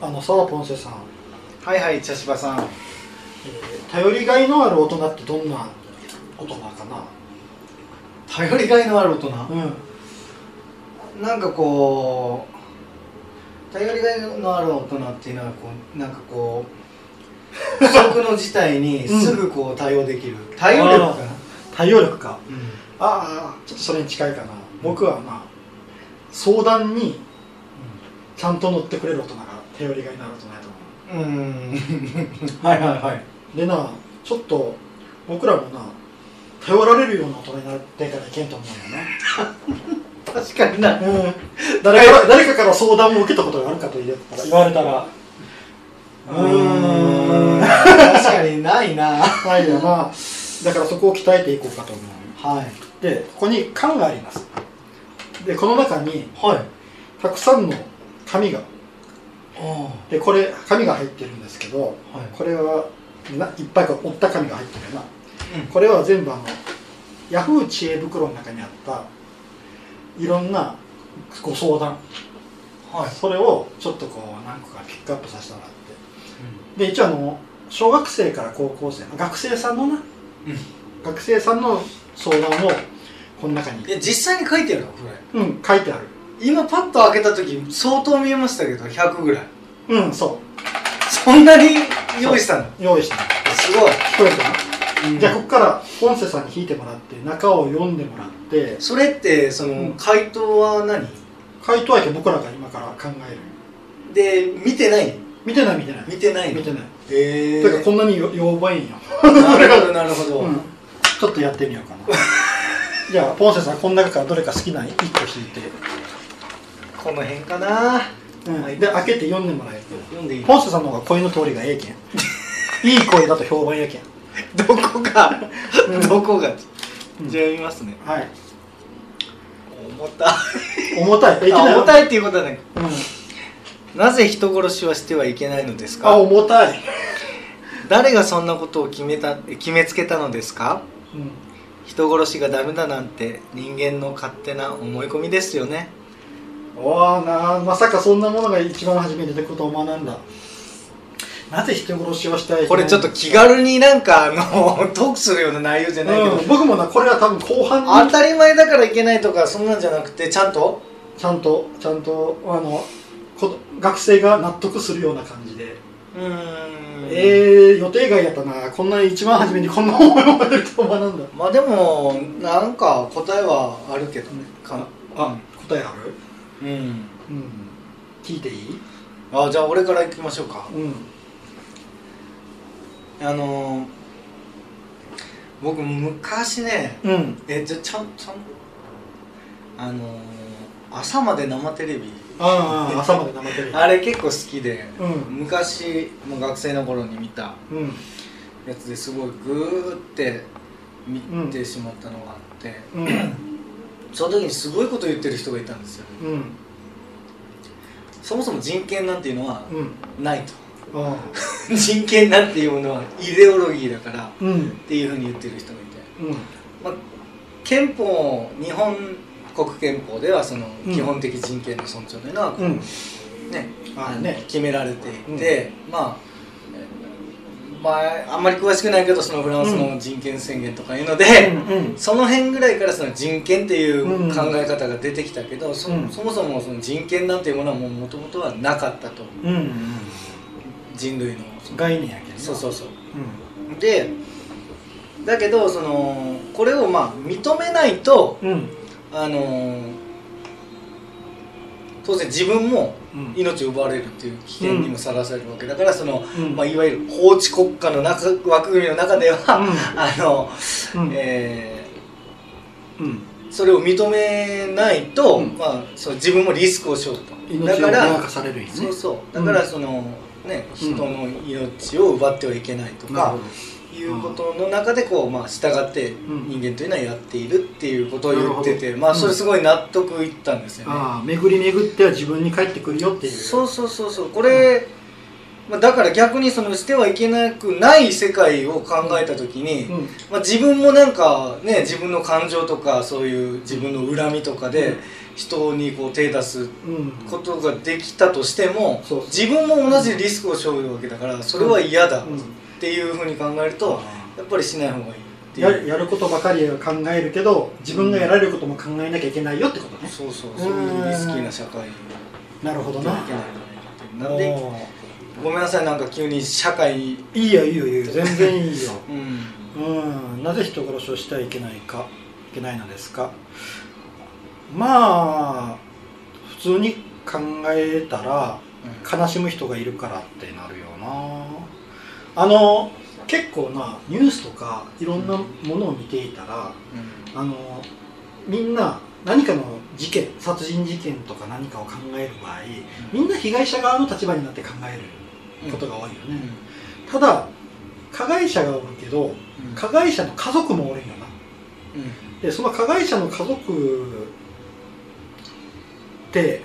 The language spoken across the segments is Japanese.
あのさあポンセさん、はいはい茶芝さんえー頼りがいのある大人ってどんな大人かな頼りがいのある大人うんなんかこう頼りがいのある大人っていうのはこうなんかこう不測の事態にすぐこう対応できる、対応力かな、対応力かうんああちょっとそれに近いかな僕はまあ相談にちゃんと乗ってくれる大人が頼りがいのある大人やと思ううーんはいはいはいでなちょっと僕らもな頼られるような大人になってからいけんと思 確かになうよね、うん、誰から誰かから相談を受けたことがあるかと言えたら言われたらうーうんん確かにないなはいやなだからそこを鍛えていこうかと思はうでここに缶がありますでこの中にいはいたくさんの紙がああでこれ紙が入ってるんですけどはいこれないっぱいこう折った紙が入ってるよな、うんこれは全部あのヤフー知恵袋の中にあったいろんなご相談、はいそれをちょっとこう何個かピックアップさせてもらってで一応あの小学生から高校生の学生さんのな、学生さんの相談をこの中に、え実際に書いてるのこれうん、書いてある今パッと開けた時相当見えましたけど100ぐらいうんそそんなに用意したのう用意したのすごい、聞こえるかな、うんじゃあここからポンセさんに引いてもらって中を読んでもらってそれってその、うん回答は何回答案僕らが今から考えるで見てない見てない見てない見てない見てないえてえかこんなによ要ばいんよ、なるほどなるほど、うんちょっとやってみようかなじゃあポンセさんこの中からどれか好きな1個引いて、この辺かなで開けて読んでもらえる読んでいいポンセさんの方が声の通りがええけんいい声だと評判やけんどこが、うんどこが、うんじゃあ読みますねはい重た重たいえいいけないあ重たいっていうことはないうんなぜ人殺しはしてはいけないのですあか重たい、誰がそんなことを決めた決めつけたのですかうん人殺しがダメだなんて人間の勝手な思い込みですよねおーなあまさかそんなものが一番初めに出てくるとは思わなんだなぜ人殺しをした いこれちょっと気軽になんかあの トークするような内容じゃないけど、うん、僕もなこれは多分後半当にたり前だからいけないとかそんなんじゃなくてちゃんとちゃんとちゃんとあのこ学生が納得するような感じで、うーんえー、予定外やったなこんな一番初めにこんな思いを出るとはなんだまあでもなんか答えはあるけどねかあ答えあるうんうん聞いていいあじゃあ俺からいきましょうかうんあのー、僕昔ねうんえじゃあちゃんちゃんあのー、朝まで生テレビああ朝まで生テレビあれ結構好きで、うん昔もう学生の頃に見たうんやつですごいグーって見てしまったのがあって、うんその時にすごいこと言ってる人がいたんですようんそもそも人権なんていうのはうんないとあ人権なんていうものはイデオロギーだからっーうんていうふうに言ってる人がいて、うんまあ、憲法日本国憲法ではそのうん基本的人権の尊重というのは、うんねああのね決められていて、まあえーまあ、あんまり詳しくないけどそのフランスの人権宣言とかいうので、うんその辺ぐらいからその人権っていううん考え方が出てきたけど、そうんそもそもその人権なんていうものはもともとはなかったとうんうん人類のその概念やけどなそうそうそううでだけどそのこれをまあ認めないとんうんあのー当然自分もうん命を奪われるっていう危険にもさらされるわけだからその、うんまあ、いわゆる法治国家の中枠組みの中では、あの、うんえーうんそれを認めないと、うんまあ、そう自分もリスクを背負うとだ命をか脅からされるんやねそうそううだんからその、ね人の命を奪ってはいけないとか、いうことの中でこう、まあ、従ってん人間というのはやっているっていうことを言ってなて、るほどまうあんそれすごい納得いったんですよね、ああ巡り巡っては自分に返ってくるよっていうそうそうそうそうこれ、まあ、だから逆にそのしてはいけなくない世界を考えた時に、うんまあ、自分もなんかね自分の感情とかそういう自分の恨みとかで人にこう手出すうんことができたとしてもそう自分も同じリスクを背負うわけだからそれは嫌だっうんていうふうに考えるとやっぱりしない方がいいってやいうやることばかりは考えるけど自分がやられることも考えなきゃいけないよってことね、そうそうそういうリスキーな社会になるほどいけなないんじゃないかってなんでおーごめんなさいなんか急に社会いいよいいよいいよ全然いいようんうんなぜ人殺しをしてはいけないかいけないのですかまあ普通に考えたら悲しむ人がいるからってなるよなあの結構なニュースとかいろんなものを見ていたらうんあのみんな何かの事件殺人事件とか何かを考える場合みんな被害者側の立場になって考えることが多いよね、ただ加害者がおるけどうん加害者の家族もおるんよなでその加害者の家族って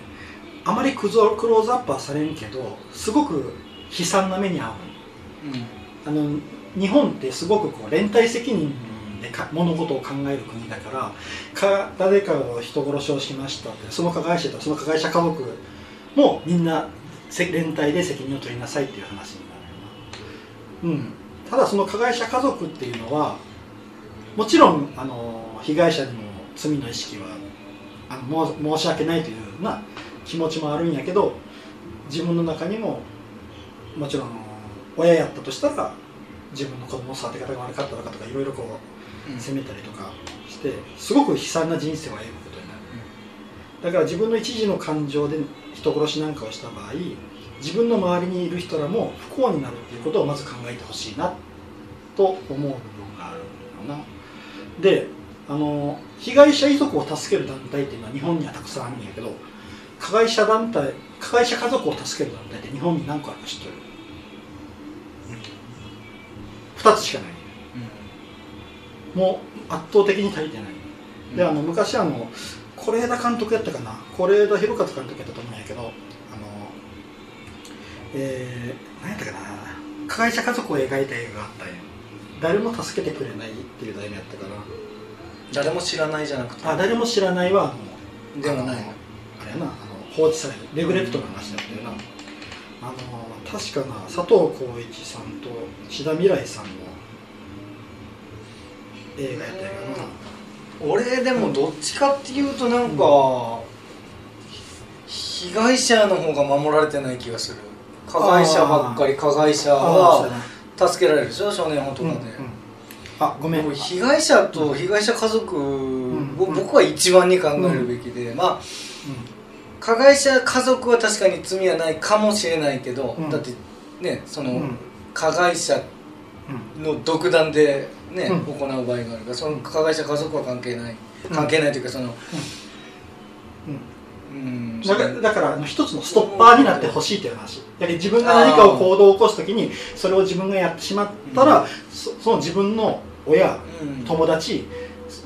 あまりクゾクローズアップはされんけどすごく悲惨な目に遭うあの日本ってすごくこう連帯責任でか物事を考える国だからか誰かを人殺しをしましたってその加害者とその加害者家族もみんなせ連帯で責任を取りなさいっていう話になるよな、うん、ただその加害者家族っていうのはもちろんあの被害者にも罪の意識はあのもう申し訳ないというような気持ちもあるんやけど自分の中にももちろん親やったとしたら自分の子供の育て方が悪かったのかとかいろいろこうんう責めたりとかしてすごく悲惨な人生を歩むことになるだから自分の一時の感情で人殺しなんかをした場合自分の周りにいる人らも不幸になるっていうことをまず考えてほしいなと思う部分があるんだよなであの被害者遺族を助ける団体っていうのは日本にはたくさんあるんやけど加害者団体加害者家族を助ける団体って日本に何個あるか知ってる2つしかないもう圧倒的に足りてないであの昔あの是枝監督やったかな是枝裕和監督やったと思うんやけどあのえー、何やったかな加害者家族を描いた映画があったんよ誰も助けてくれないっていう題名やったか誰も知らないじゃなくてらあ誰も知らないはあのではないあれやなあの放置されるレグレクトの話だったよな、あの確かな佐藤浩市さんと志田未来さんの映画やったんやけどな俺でもどっちかっていうとなんか、ひ被害者の方が守られてない気がする加害者ばっかり加害者あーそうやはな助けられるでしょ少年法とうんかうでん、あごめん僕被害者と被害者家族んを僕は一番に考えるべきで、まあ加害者家族は確かに罪はないかもしれないけど、うんだってねその、うんうん加害者の独断で、ねうん行う場合があるからその加害者家族は関係ない関係ないというかそのうんだからだからあの一つのストッパーになってほしいという話やはり自分が何かあをー行動を起こすときにそれを自分がやってしまったら、うそその自分の親うん友達、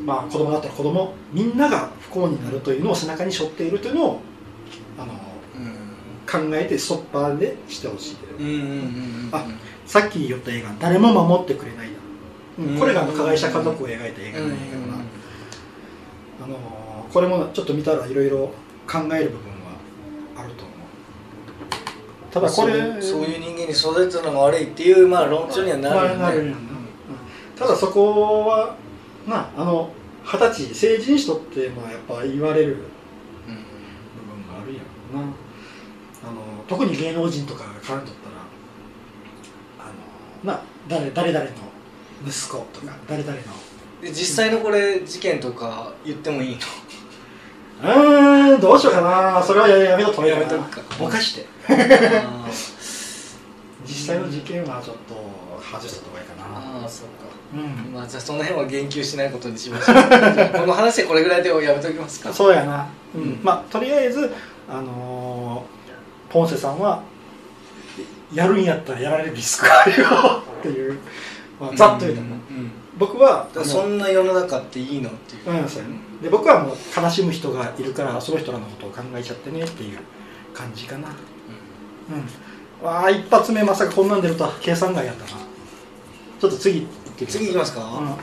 まあ、子供だったら子供みんなが不幸になるというのを背中に背負っているというのをあのう考えてストッパーでしてほしいというんうんうんうんうんあさっき言った映画「誰も守ってくれないだ」うんうんこれがあの加害者家族を描いた映う画んうんなんやけどな、あのーこれもちょっと見たらいろいろ考える部分はあると思うただこれそうそういう人間に育てたのが悪いっていうまあ論調にはなるよね、まあなるよねただそこはなあの二十歳成人しとってまあやっぱ言われる部う分があるやろなあの特に芸能人とかが絡んどったらあのな誰誰々の息子とか誰々のんで実際のこれ事件とか言ってもいいのうーんどうしようかなそれはややめ とこうやめとくかぼかしてあー実際の事件はちょっと外したとがいいかなあーそっかうんまあじゃあその辺は言及しないことにし ましょうじゃあこの話はこれぐらいでやめときますかそうやな、うんうんまあとりあえずあのーポンセさんはやるんやったらやられるリスクがあるよっていう、まあ、ざっと言うと、うんうんうん僕はだからそうんな世の中っていいのっていう、うんそうやねで僕はもう悲しむ人がいるからその人らのことを考えちゃってねっていう感じかなうんわあ一発目まさかこんなん出るとは計算外やったなちょっと次行ってみよう次いきますか、うもん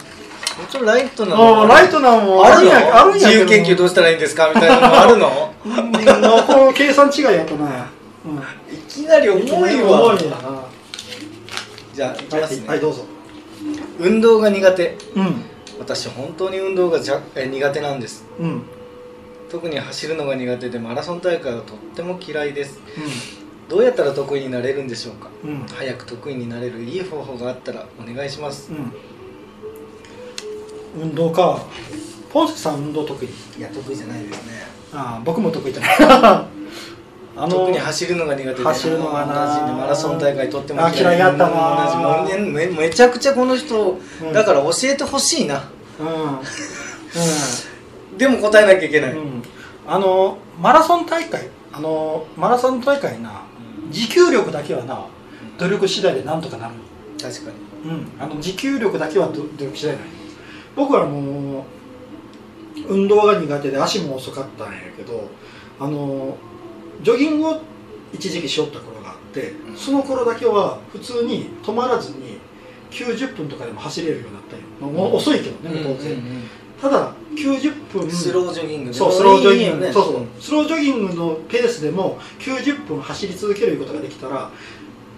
ちろんライトなああライトなんもあるやのあるんや自けど由研究どうしたらいいんですかみたいなのある のうんなこの計算違いやったな、ういん、きなり重いわ重いなはじゃあいきい、ますね、はい、どうぞ運動が苦手うん私本当に運動がじゃえ苦手なんですうんうん特に走るのが苦手でマラソン大会はとっても嫌いですどうやったら得意になれるんでしょうかうんうん早く得意になれるいい方法があったらお願いします運動かポンセさん運動得意いや得意じゃないですねああ僕も得意じゃない あの特に走るのが苦手で走るのがな同じでマラソン大会とってもあ嫌いだったな同じもうねめめちゃくちゃこの人、うんだから教えてほしいなうんうんでも答えなきゃいけない、うんあのマラソン大会あのマラソン大会な持久力だけはな努力次第でなんとかなる確かにうん、あの持久力だけは努努力次第なの僕はもう運動が苦手で足も遅かったんやけどあのジョギングを一時期しよった頃があってその頃だけは普通に止まらずに90分とかでも走れるようになったんよ、まあもう遅いけどね当然、ただ90分スロージョギングねそうスロージョギンいグいよねそうそうスロージョギングのペースでも90分走り続けることができたらま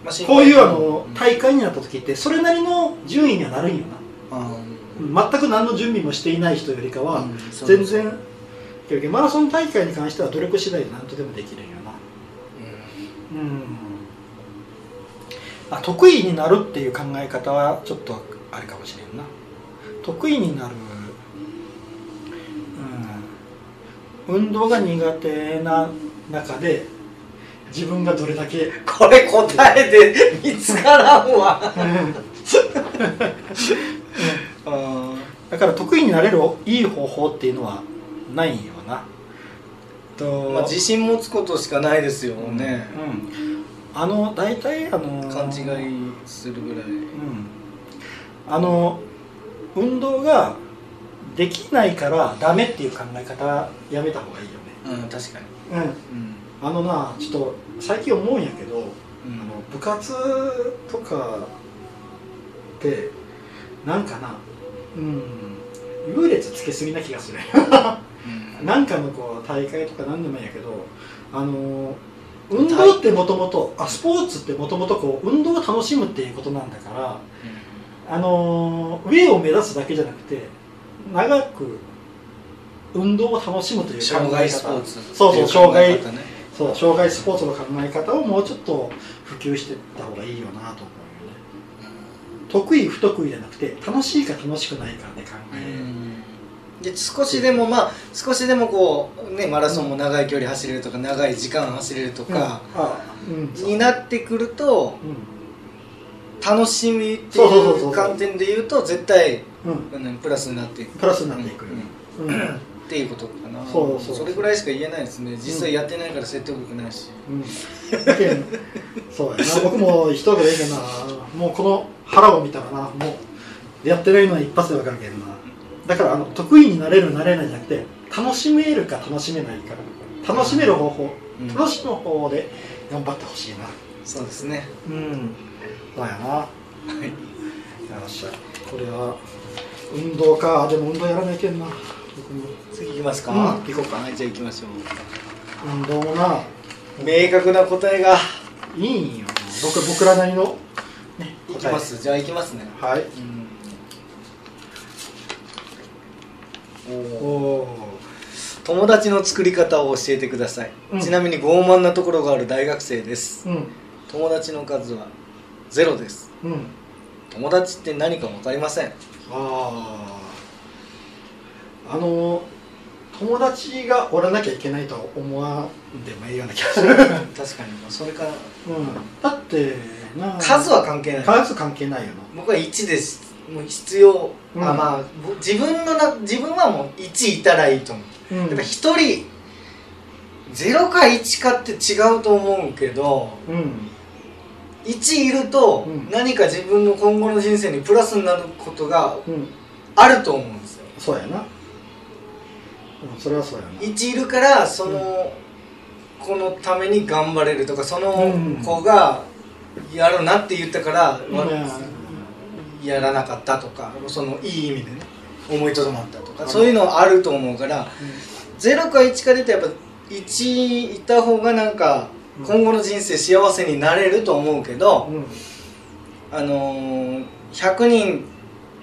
あ心こう配いうあのうん大会になった時ってそれなりの順位にはなるんよなあ全く何の準備もしていない人よりかーはうんそう全然いけるけどマラソン大会に関しては努力次第で何とでもできるんよなうんあ得意になるっていう考え方はちょっとあれかもしれんな得意になるうん運動が苦手な中で自分がどれだ けこれ答えで見つからんわだから得意になれるいい方法っていうのはないよな。とまあ自信持つことしかないですよね、うん、あの大体あの勘違いするぐらいうん、あの運動ができないからダメっていう考え方やめた方がいいようん確かにうね。んうん、あのなちょっと最近思うんやけど、うあんの部活とかってなんかな、うん、優劣つけすぎな気がする。なんかのこう大会とか何でもいいんやけどあのー運動ってもともとあスポーツってもともとこう運動を楽しむっていうことなんだからあのー上を目指すだけじゃなくて長く運動を楽しむという考障害え方スポーツそうそう障害ねそう障害スポーツの考え方をもうちょっと普及していった方がいいよなと思うよね得意不得意じゃなくて楽しいか楽しくないかで考うえる、んで少しでもまあ少しでもこうねマラソンも長い距離走れるとか長い時間走れるとか、あうんそうになってくるとう楽しみってそうそうそういそうう観点で言うと絶対んうんうんプラスになっていくプラスになっていくよね、うんっていうことかなそうそうれぐらいしか言えないですね実際やってないから説得力ないし、うん、だけんそうやな僕も一言でいいけどなもうこの腹を見たらなもうやってるのは一発で分かるけどなだからあの得意になれるなれないじゃなくて楽しめるか楽しめないか楽しめる方法、うん楽しむ方法で頑張ってほしいなそうですねうんそうやなはいよっしゃこれは運動かでも運動やらないけんな僕も次行きますか、うん行こうかはいじゃあ行きましょ運動もなう明確な答えがいいんよ僕僕らなりのねいきますじゃあ行きますねはいおーおー友達の作り方を教えてください、うんちなみに傲慢なところがある大学生ですうん友達の数はゼロですうん友達って何か分かりませんあああの友達がおらなきゃいけないとは思わんでもいいような気がする、うん、確かにそれからだってな数は関係ない数関係ないよ僕は1ですもう必要、うんあまあぼ自分のな自分はもう1いたらいいと思う、な、うんやっぱ1人0か1かって違うと思うけどうん1いるとうん何か自分の今後の人生にプラスになることがうんあると思うんですよそうやな、うん、それはそうやな1いるからその、子のために頑張れるとかそのうん子がやるなって言ったから、うんわやらなかったとかそのいい意味でね思いとどまったとかそういうのあると思うから0か1かで言うとやっぱ1いた方がなんかうん今後の人生幸せになれると思うけど、うんあのー100人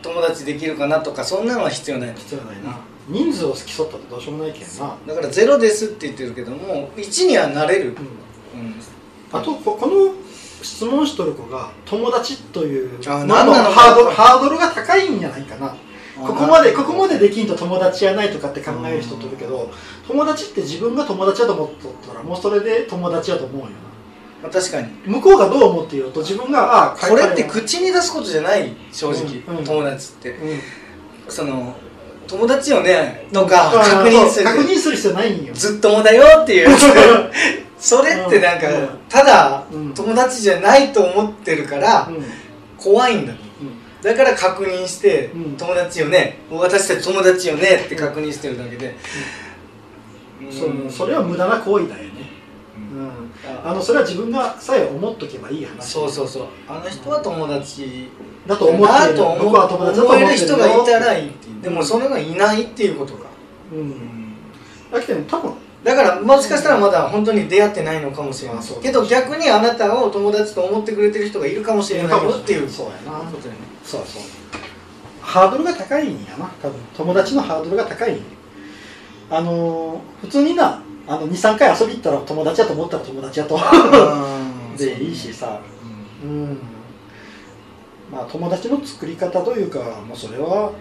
友達できるかなとかそんなのは必要ないの必要ないな人数を付き添ったってどうしようもないけんな、だから0ですって言ってるけども1にはなれるう、んうん、あとここの質問しとる子が友達というあののなんなのハードルハードルが高いんじゃないかなここまでここまででできんと友達やないとかって考える人といるけど友達って自分が友達だと思っとったらもうそれで友達やと思うよ確かにな向こうがどう思っていようと自分がああこれって口に出すことじゃない正直、うんうん友達ってうんその友達よねとかうん確認する確認する必要ないんよずっともだよっていう それってなんか、うんただ、うん友達じゃないと思ってるから、うん怖いんだだから確認して、うん友達よね私たち友達よねって確認してるだけで、うんそそれは無駄な行為だよねうんあのそれは自分がさえ思っとけばいい話そうそうそうあの人は友達だと思っているだなと僕は友達だと思思っえてる人がいたら、らいいっていうでもそれがいないっていうことか、うん、だけど多分だからもしかしたらまだ本当に出会ってないのかもしれなあいそうけど逆にあなたを友達と思ってくれてる人がいるかもしれないよっていうそうやなことやねそうそうハードルが高いんやな多分友達のハードルが高いんやあのー普通になあの23回遊び行ったら友達やと思ったら友達やと でいいしさうんまあ友達の作り方というかもうそれはあの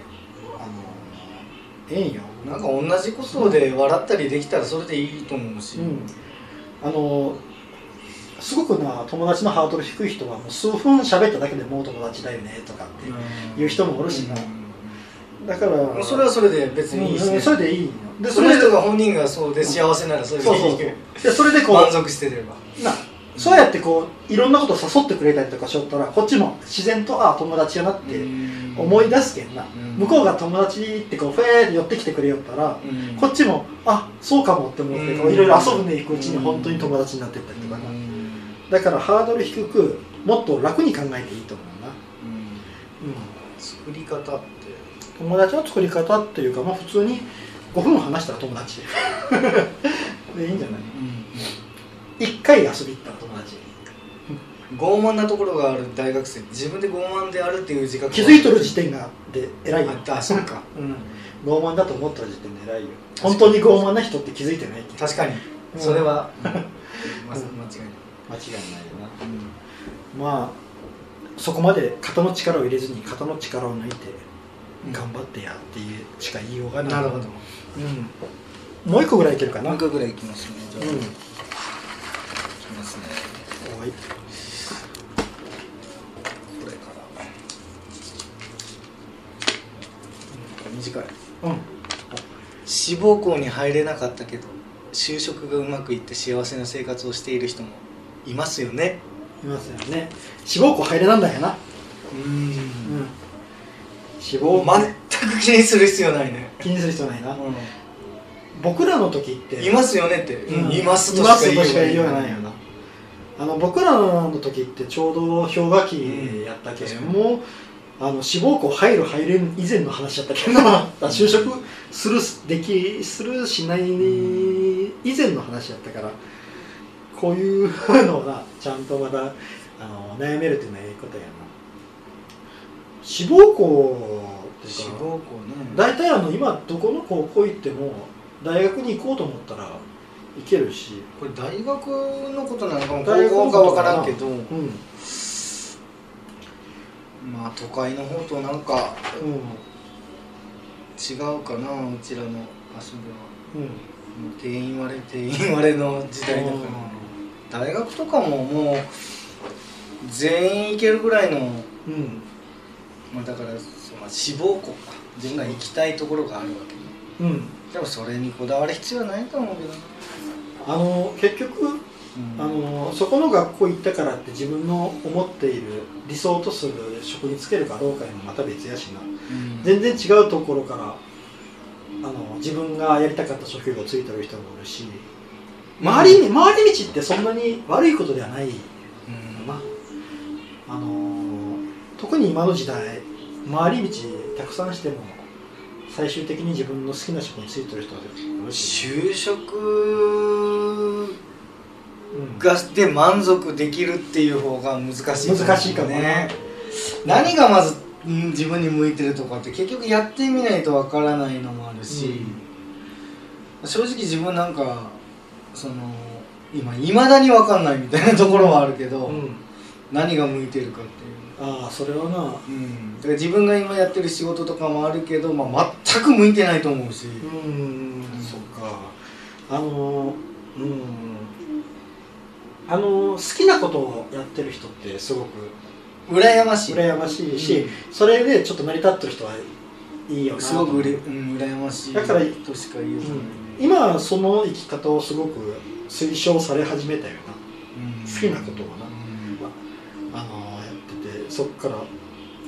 ーええんよなんか同じことで笑ったりできたらそれでいいと思うし、うんあのすごくな友達のハードル低い人はもう数分喋っただけでもう友達だよねとかって言う人もおるしなだからうんそれはそれで別うんにいいし、うんねそれでいいよでそそのれで人が本人がそうで幸せならそれでいいそうそうそうけどでそれでこ満う足してればなそうやってこういろんなことを誘ってくれたりとかしよったらこっちも自然とああ友達やなって思い出すけんな、ん向こうが友達ってこうフェーって寄ってきてくれよったら、うんこっちもあそうかもって思ってこううんいろいろ遊ぶね行くうちに本当に友達になってったりとかな、だからハードル低くもっと楽に考えていいと思うな、うん作り方って友達の作り方っていうかまあ普通に5分話したら友達 でいいんじゃない1回遊び行ったら友達傲慢なところがある大学生自分で傲慢であるっていう自覚気づいとる時点がで偉いよあ、ったそうかうん、傲慢だと思った時点で偉いよ本当に傲慢な人って気づいてないけど確かにうんそれ は、まうん間違いない、間違いないよなまあそこまで肩の力を入れずに肩の力を抜いて頑張ってやっていうしか言いようがないなるほどうん、もう一個ぐらいいけるかな何回ぐらいいきますねじゃあ、ういんきますねはいこれから、うん、短いうん志望校に入れなかったけど就職がうまくいって幸せな生活をしている人もいますよねいますよね志望校入れなんだよなうんうん志望校全く気にする必要ないね、気にする必要ないな僕らの時っていますよねって、うんいますいとますしとかしか言言いいよよううががなないいよよななあの僕らの時ってちょうど氷河期やったけども、あの志望校入る入れん以前の話だったけどな就職するできするしない以前の話だったからこういうのをなちゃんとまたあの悩めるっていうのはええことやな志望校っていうか志望校ね大体あの今どこの高校行っても大学に行こうと思ったら行けるし、これ大学のことなのかも大学の高校ことかかな分からんけどうんうん、まあ都会の方となんか違うかなうちらの遊びはうんもう定員割れ定員割れの時代だから大学とかももう全員行けるぐらいの、うんまあ、だからそうまあ志望校か自分が行きたいところがあるわけねうんでもそれにこだわる必要はないと思うけどなあの結局うんあのそこの学校行ったからって自分の思っている理想とする職に就けるかどうかにもまた別やしなうん全然違うところからあの自分がやりたかった職業をついてる人もいるし回り回り道ってそんなに悪いことではないよな、あのー特に今の時代回り道たくさんしても最終的に自分の好きな職についてる人は多いし就職うんがして満足できるっていう方が難しいも難しいかもね何がまずうん自分に向いてるとかって結局やってみないとわからないのもあるし、正直自分なんかその今いまだにわかんないみたいなところはあるけど、うんうん何が向いてるかっていうああそれはなうん、だから自分が今やってる仕事とかもあるけど、まあ、全く向いてないと思うし、うんそっかあのうんあの好きなことをやってる人ってすごく羨ましい羨ましいし、うそれでちょっと成り立ってる人はいいよなすごくうれ、ううんん、羨ましいだからとしか言えない、今その生き方をすごく推奨され始めたようん好きなことはなうんなあのやっててそっからだ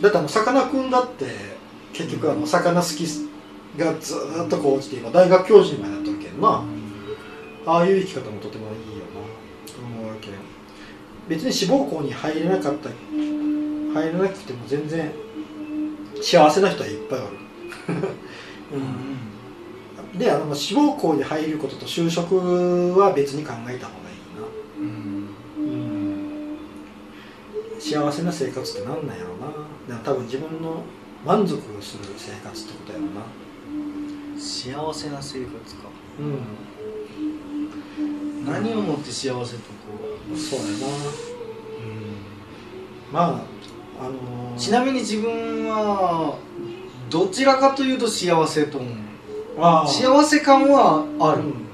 ってあのさかなクンだって結局あの魚好きがずーっとこう落ちて今大学教授にまでなっとるけどな、ああいう生き方もとてもいいよなと思うわけ別に志望校に入れなかった入れなくても全然幸せな人はいっぱい おうる、んうん、であの志望校に入ることと就職は別に考えた方がいいうんな、うん、幸せな生活ってなんなんやろうなでも多分自分の満足する生活ってことやろうな幸せな生活かう何をもって幸せとこんそうやう、なまああのーちなみに自分はどちらかというと幸せと思うあー幸せ感はある、うん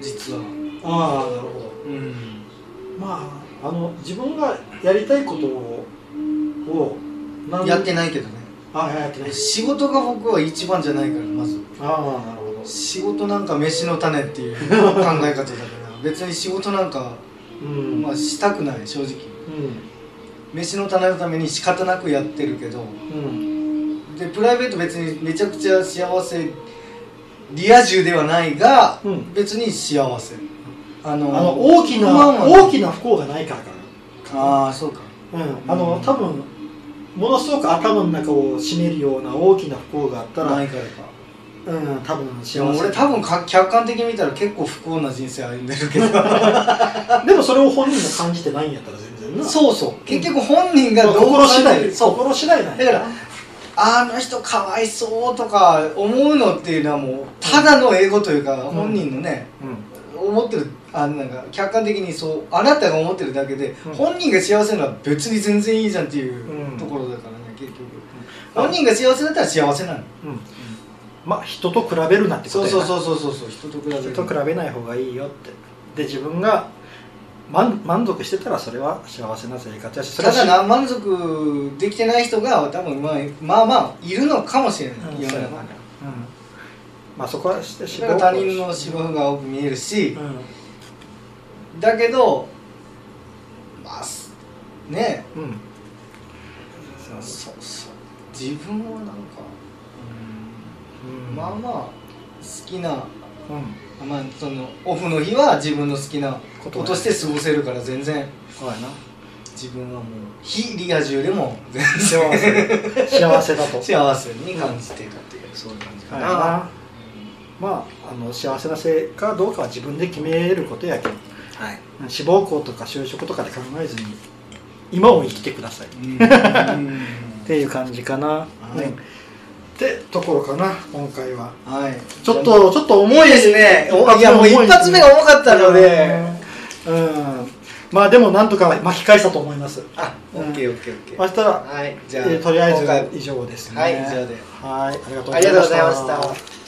実はああなるほどうんまああの自分がやりたいことををなんやってないけどねあやってないし仕事が僕は一番じゃないからまずああなるほど仕事なんか飯の種っていう 考え方だから別に仕事なんか、うんまあ、したくない正直う飯の種のために仕方なくやってるけどんうんでプライベート別にめちゃくちゃ幸せリア充ではないがうん別に幸せああのの大きな不安は大きな不幸がないからかああそうかなうんあの多分ものすごく頭の中を占めるような大きな不幸があったらないからかうん多分幸でせも俺多分か客観的に見たら結構不幸な人生歩んでるけどでもそれを本人が感じてないんやったら全 然な そうそう結局本人がまあどう心感次じて第るそう心次第なんやだからあの人かわいそうとか思うのっていうのはもうただの英語というかん本人のね、うん思ってるあなんか客観的にそうあなたが思ってるだけで、うん本人が幸せなら別に全然いいじゃんっていううんところだからね結局、うん本人が幸せだったら幸せなのうんまあ人と比べるなってことそやうなそうそうそうそうそう人と比べ人ると比べない方がいいよってで自分が満満足してたらそれは幸せな生活やしそれたはだな満足できてない人が多分まあまあまあいるのかもしれない、うん世そうの中やなにうんまあそこはしてしだから他人の芝生が青く見えるし、だけどまあすねうん、うん、えそうそう自分はなんか、うんまあまあ好きなうんまあそのオフの日は自分の好きなこととして過ごせるから全然そうやな自分はもう非リア充でも全幸せ幸せだと然幸せに感じてるっていう、そういう感じかはいな、なまああの幸せなせいかどうかは自分で決めることやけどはい、うん志望校とか就職とかで考えずに今を生きてくださいっていう感じかな、いうんってところかな今回ははい、ちょっとちょっと重重いいですねおいやもう一発目が重かったので、うん、うんまあでもなんとか巻き返したと思いますあオッケーオッケーオッケーましたら、はいじえゃあ、ーとりあえ今回ず以上ですねはい以上ではいありがとうござあいましたりがとうございました